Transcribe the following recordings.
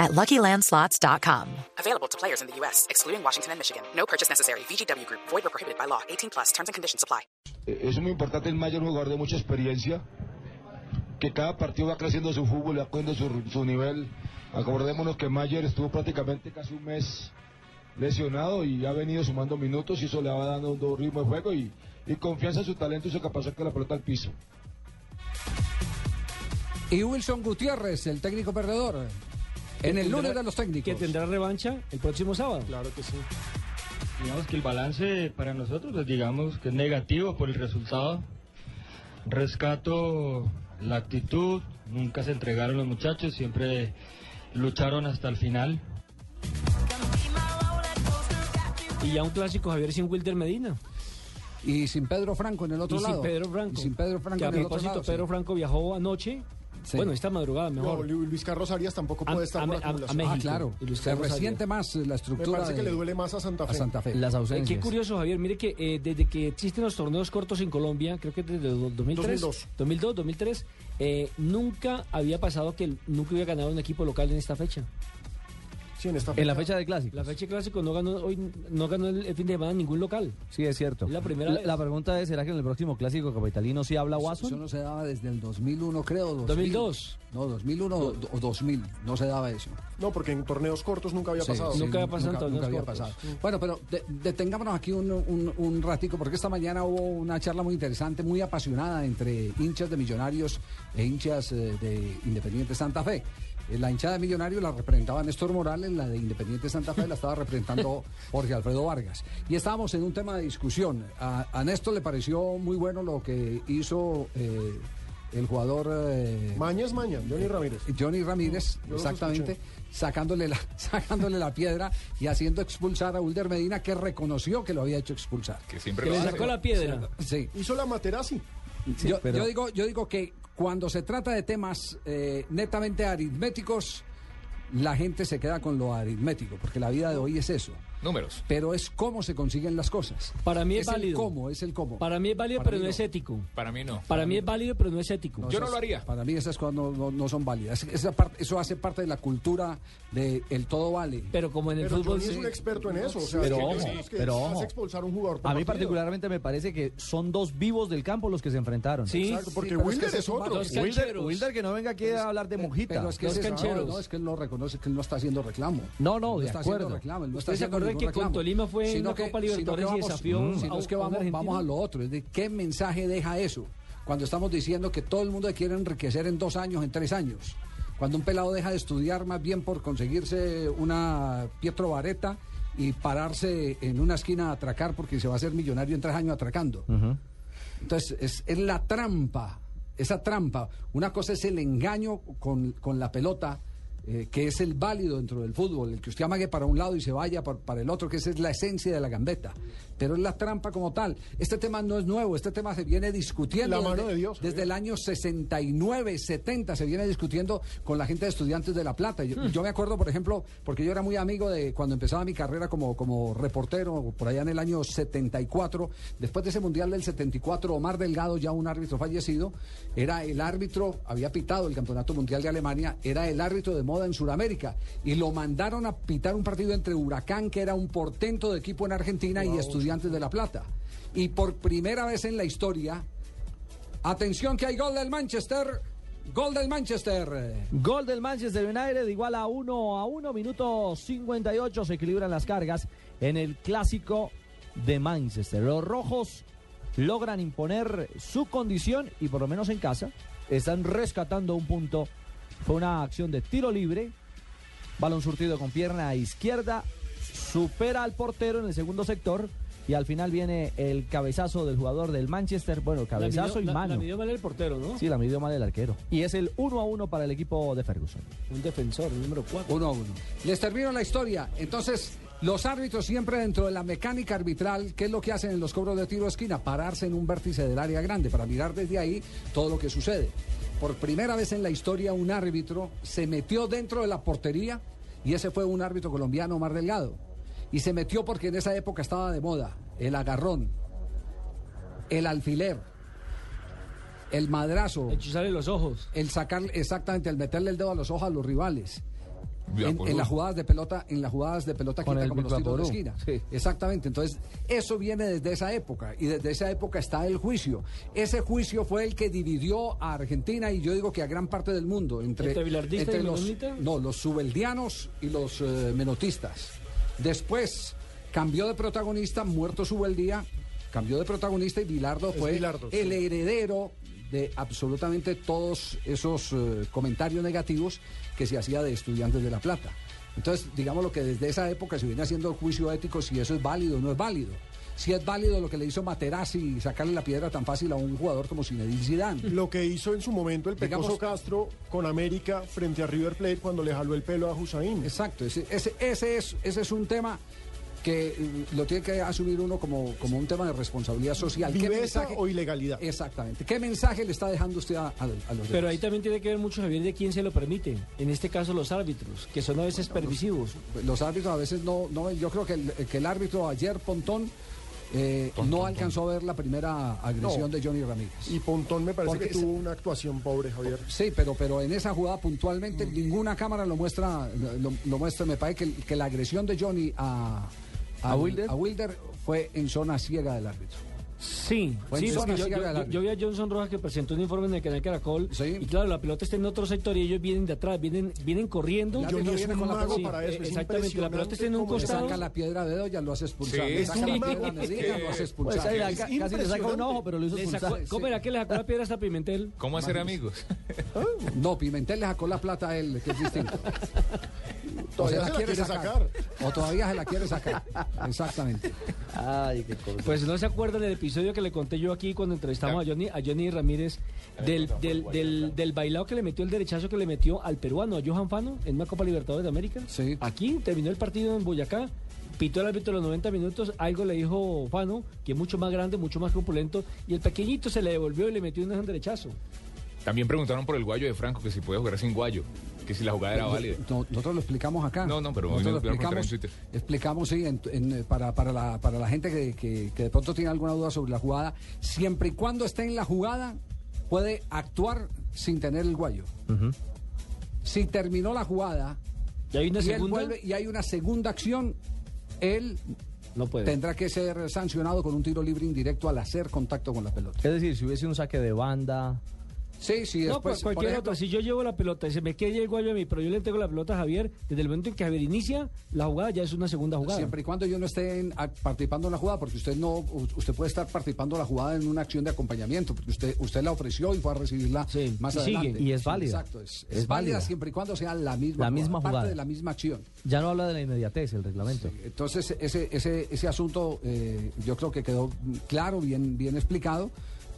at luckylandslots.com. Available to players in the U.S., excluding Washington and Michigan. No purchase necessary. VGW Group, void or prohibited by law. 18 plus terms and conditions apply. Eh, Es muy importante el mayor jugador de mucha experiencia, que cada partido va creciendo su fútbol, va cogiendo su, su nivel. Acordémonos que Mayer estuvo prácticamente casi un mes lesionado y ha venido sumando minutos y eso le va dando un ritmo de juego y, y confianza en su talento y su capacidad que la pelota al piso. Y Wilson Gutiérrez, el técnico perdedor. En el lunes de los técnicos. que tendrá revancha el próximo sábado. Digamos que el balance para nosotros, pues, digamos que es negativo por el resultado. Rescato la actitud, nunca se entregaron los muchachos, siempre lucharon hasta el final. Y ya un clásico Javier sin Wilder Medina. Y sin Pedro Franco en el otro y lado. sin Pedro Franco. Y sin Pedro Franco Que a en el otro propósito, lado. sí. Pedro Franco viajó anoche. Sí. Bueno, esta madrugada No, mejor. Eh, Lu- Luis Carlos Arias tampoco A- puede estar a- por a- acumulación. a México. Ah, claro. Y Luis Se Carlos resiente Arias. más la Me estructura parece que de- le duele más a Santa a Fe. Santa Fe. Eh, qué curioso, Javier. Mire que eh, desde que existen los torneos cortos en Colombia, creo que desde do- 2003, 2002. 2002, 2003, eh, nunca había pasado que el- nunca hubiera ganado un equipo local en esta fecha. Sí, en esta la fecha de clásico. La fecha de clásico no ganó hoy, no ganó el, el fin de semana ningún local. Sí, es cierto. La primera vez. pregunta es, ¿será que en el próximo clásico capitalino sí habla Eso, Watson? no se daba desde el 2001, creo. 2000. 2002. No, 2001 o do- o 2000. No se daba eso. No, porque en torneos cortos nunca había Sí, pasado. sí, Nunca había pasado en nunca, torneos nunca había cortos. pasado. pues. Bueno, pero de- detengámonos aquí un, un- un ratico, porque esta mañana hubo una charla muy interesante, muy apasionada entre hinchas de Millonarios e hinchas eh, de Independiente Santa Fe. Eh, La hinchada de Millonarios la representaba Néstor Morales, la de Independiente Santa Fe la estaba representando Jorge Alfredo Vargas. Y estábamos en un tema de discusión. A, a Néstor le pareció muy bueno lo que hizo eh, el jugador... eh, Mañas, maña, Johnny Ramírez. Johnny Ramírez, yo los exactamente, sacándole la, sacándole la piedra y haciendo expulsar a Ulder Medina, que reconoció que lo había hecho expulsar. Que le sacó la piedra. Sí. Hizo la Materazzi. yo, pero- yo digo, yo digo que cuando se trata de temas eh, netamente aritméticos, la gente se queda con lo aritmético, porque la vida de hoy es eso. Números. Pero es cómo se consiguen las cosas. Para mí es el válido. cómo, es el cómo. Para mí es válido, Para pero mí no no. es ético. Para mí no. Para mí es válido, pero no es ético. yo no lo haría. Para mí esas cosas no, no- no son válidas. Esa parte- eso hace parte de la cultura del el todo vale. Pero como en el Pero fútbol. Johnny es un experto en eso. O sea, Pero que ojo, tenemos que pero hace ojo. expulsar a un jugador por A mí partido. particularmente me parece que son dos vivos del campo los que se enfrentaron. Sí, Exacto, porque Sí, pero es Wilder que es, son otro. varios- Wilder, Cancheros. Wilder que no venga aquí a hablar de monjita. Pero es que Los ese- cancheros. No, no, es que él no reconoce que él no está haciendo reclamo. No, no, Él de está acuerdo. haciendo reclamo. él no está ¿Ustedes se haciendo acuerdan ningún que reclamo. con Tolima fue en Sino la que- sino Copa que Libertadores y vamos- desafió Mm. a- Sino es que a un vamos, argentino? vamos a lo otro. Es de qué mensaje deja eso cuando estamos diciendo que todo el mundo quiere enriquecer en dos años, en tres años. Cuando un pelado deja de estudiar más bien por conseguirse una Pietro Vareta y pararse en una esquina a atracar porque se va a hacer millonario en tres años atracando. Entonces, es, es la trampa, esa trampa. Una cosa es el engaño con, con la pelota, eh, que es el válido dentro del fútbol, el que usted amague para un lado y se vaya por- para el otro, que esa es la esencia de la gambeta. Pero es la trampa como tal. Este tema no es nuevo, este tema se viene discutiendo. La mano desde- de Dios, Desde Javier. el año 69, 70 se viene discutiendo con la gente de Estudiantes de La Plata. Yo, yo me acuerdo, por ejemplo, porque yo era muy amigo de cuando empezaba mi carrera como, como reportero, por allá en el año 74. Después de ese Mundial del 74, Omar Delgado, ya un árbitro fallecido, era el árbitro, había pitado el Campeonato Mundial de Alemania, era el árbitro de moda en Sudamérica. Y lo mandaron a pitar un partido entre Huracán, que era un portento de equipo en Argentina, y Estudiantes de La Plata. Y por primera vez en la historia, Atención que hay gol del Manchester. Gol del Manchester. Gol del Manchester United igual a 1 a 1, minuto 58, se equilibran las cargas en el clásico de Manchester. Los rojos logran imponer su condición y por lo menos en casa están rescatando un punto. Fue una acción de tiro libre, balón surtido con pierna izquierda, supera al portero en el segundo sector y al final viene el cabezazo del jugador del Manchester, bueno, La midió- cabezazo la- y mano. La midió mal el portero, ¿no? Sí, la midió mal el arquero. Y es el 1 a 1 para el equipo de Ferguson. Un defensor, el número 4. Uno a uno. Les termino la historia. Entonces, Los árbitros siempre dentro de la mecánica arbitral, ¿qué es lo que hacen en los cobros de tiro a esquina? Pararse en un vértice del área grande para mirar desde ahí todo lo que sucede. Por primera vez en la historia un árbitro se metió dentro de la portería y ese fue un árbitro colombiano, Omar Delgado. Y se metió porque en esa época estaba de moda el agarrón, el alfiler, el madrazo, Enchuzarle los ojos. el sacar exactamente, el meterle el dedo a los ojos a los rivales. De En, acuerdo. en las jugadas de pelota, en las jugadas de pelota Con quieta el como los tiros de Bilbao. esquina. Sí. Exactamente. Entonces, eso viene desde esa época. Y desde esa época está el juicio. Ese juicio fue el que dividió a Argentina y yo digo que a gran parte del mundo. Entre, ¿Entre bilardista y los, menonita? No, los subeldianos y los eh, menotistas. Después cambió de protagonista, muerto Subeldía, cambió de protagonista y Bilardo fue Bilardo, sí. el heredero de absolutamente todos esos eh, comentarios negativos que se hacía de estudiantes de La Plata. Entonces, digamos lo que desde esa época se viene haciendo el juicio ético si eso es válido o no es válido. Si es válido lo que le hizo Materazzi, sacarle la piedra tan fácil a un jugador como Zinedine Zidane. Lo que hizo en su momento el Pecoso Digamos- Castro con América frente a River Plate cuando le jaló el pelo a Hussein. Exacto, ese, ese, ese es, ese es un tema que mm, lo tiene que asumir uno como, como un tema de responsabilidad social. ¿Qué Viveza mensaje- o ilegalidad. Exactamente. ¿Qué mensaje le está dejando usted a, a- a los demás? Pero ahí también tiene que ver mucho, Javier, de quién se lo permite. En este caso, los árbitros, que son a veces permisivos. Los árbitros a veces no, no yo creo que el, que el árbitro ayer, Pontón, eh, no alcanzó a ver la primera agresión No. de Johnny Ramírez. Y Pontón me parece Porque que se- tuvo una actuación pobre, Javier. Sí, pero, pero en esa jugada puntualmente Mm. ninguna cámara lo muestra, lo, lo muestra. Me parece que, que la agresión de Johnny a, ¿A Wilder? fue en zona ciega del árbitro. Sí, Fue sí en porque zona yo, ciega yo- del yo- árbitro. yo vi a Johnson Rojas que presentó un informe en el canal Caracol. Sí. Y claro, la pelota está en otro sector y ellos vienen de atrás, vienen, vienen corriendo. El Yo árbitro no es viene un con la mago pelota. para Sí, eso. es exactamente, la pelota está en un impresionante cómo Le es. costado. saca la piedra de olla, lo hace expulsar. Sí. Le saca la Sí. piedra de la nariz, lo hace expulsar. Pues ahí la- Es ca- casi le saca un impresionante. ojo, pero lo hizo Le sacó- expulsar. ¿Cómo era que le sacó la piedra hasta Pimentel? ¿Cómo hacer amigos? No, Pimentel le sacó la plata a él, que es distinto. O Todavía se la quiere sacar. O todavía se la quiere sacar. Exactamente. Ay, qué cosa. Pues no se acuerdan del episodio que le conté yo aquí cuando entrevistamos a Johnny, a Johnny Ramírez del, del, del, del bailado que le metió, el derechazo que le metió al peruano, a Johan Fano, en una Copa Libertadores de América. Sí. Aquí terminó el partido en Boyacá, pitó el árbitro los 90 minutos, algo le dijo Fano, que es mucho más grande, mucho más corpulento, y el pequeñito se le devolvió y le metió un derechazo. También preguntaron por el guayo de Franco, que si podía jugar sin guayo, que si la jugada era válida. No- nosotros lo explicamos acá. No, no, pero hoy nosotros me lo lo encontré en explicamos. Twitter. Explicamos, sí, en- en, eh, para, para, la, para la gente que, que- que de pronto tiene alguna duda sobre la jugada. Siempre y cuando esté en la jugada, puede actuar sin tener el guayo. Si terminó la jugada Y hay una y, él segunda. vuelve y hay una segunda acción, él No puede. tendrá que ser sancionado con un tiro libre indirecto al hacer contacto con la pelota. Es decir, si hubiese un saque de banda, Sí, sí, No, después. pues cualquier por ejemplo, otro. Si yo llevo la pelota y se me queda el guayo a mí, pero yo le entrego la pelota a Javier, desde el momento en que Javier inicia, la jugada ya es una segunda jugada. Siempre y cuando yo no esté en- a- participando en la jugada, porque usted no, u- usted puede estar participando en la jugada en una acción de acompañamiento, porque usted, usted la ofreció y fue a recibirla Sí, más y sigue, adelante. y es válida. Exacto, es, Es es válida, válida. siempre y cuando sea la misma, La misma jugada. parte de la misma acción. ya no habla de la inmediatez el reglamento. Entonces, ese, ese, ese asunto eh, yo creo que quedó claro, bien, bien explicado.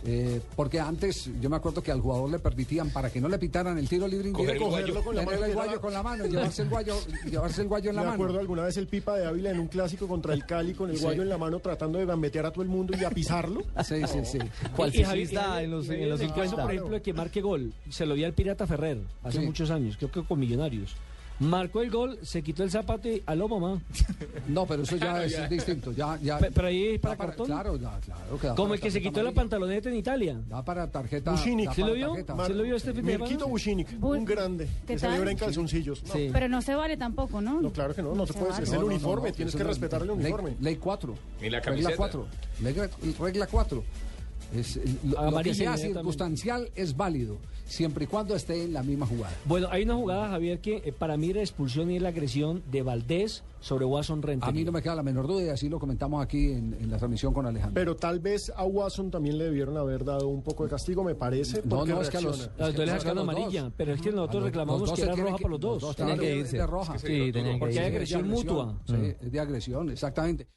eh, porque antes yo me acuerdo que al jugador le permitían para que no le pitaran el tiro libre Coger el indirecto, guayo. cogerlo con la mano, tener el guayo con la mano, llevarse el guayo, llevarse el guayo en la Me mano. acuerdo alguna vez el Pipa de Ávila en un clásico contra el Cali con el guayo en la mano tratando de gambetear a todo el mundo y a pisarlo. Sí, sí, sí. ¿Cuál Y- y Javier- ciclista Javier- en los, y Javier, en los el caso, 50? por ejemplo, de que marque gol, se lo vi al Pirata Ferrer hace Sí. muchos años, creo que con Millonarios. Marcó el gol, se quitó el zapato y aló mamá. No, pero eso ya es distinto. Ya, ya, Pe- pero ahí es da para cartón. Claro, ya, claro. que da Como para el que se tarjeta quitó la amarilla. pantaloneta en Italia. Da para tarjeta. Bushinic. da ¿Se ¿Sí lo para vio? tarjeta. ¿Se lo vio este fin de semana? Mirquito Bushinic, Bu- un grande, ¿Qué que tal? celebra en calzoncillos. No, Sí. Pero no se vale tampoco, ¿no? no, claro que no, no se puede. vale. Es Ah, No, el no, no, uniforme, no, tienes eso que no- respetar el ley- uniforme. Ley 4. Ni la regla camiseta. 4. Regla, regla 4. Es, eh, Ah, lo, lo que Amarilla sea inmediatamente. circunstancial es válido, siempre y cuando esté en la misma jugada. Bueno, hay una jugada, Javier, que eh, para mí era expulsión y es la agresión de Valdés sobre Watson Rentería. A mí no me queda la menor duda y así lo comentamos aquí en, en la transmisión con Alejandro. Pero tal vez a Watson también le debieron haber dado un poco de castigo, me parece. No, porque no, es que a los- reacciona. Las dos le Es que sacaron los amarilla, dos. pero es que A nosotros los- los reclamamos dos que se era tienen roja que- para los dos. dos Tenían Claro, que es de irse. roja. Sí, tenían que Porque hay irse. agresión mutua. Sí, es de agresión, exactamente.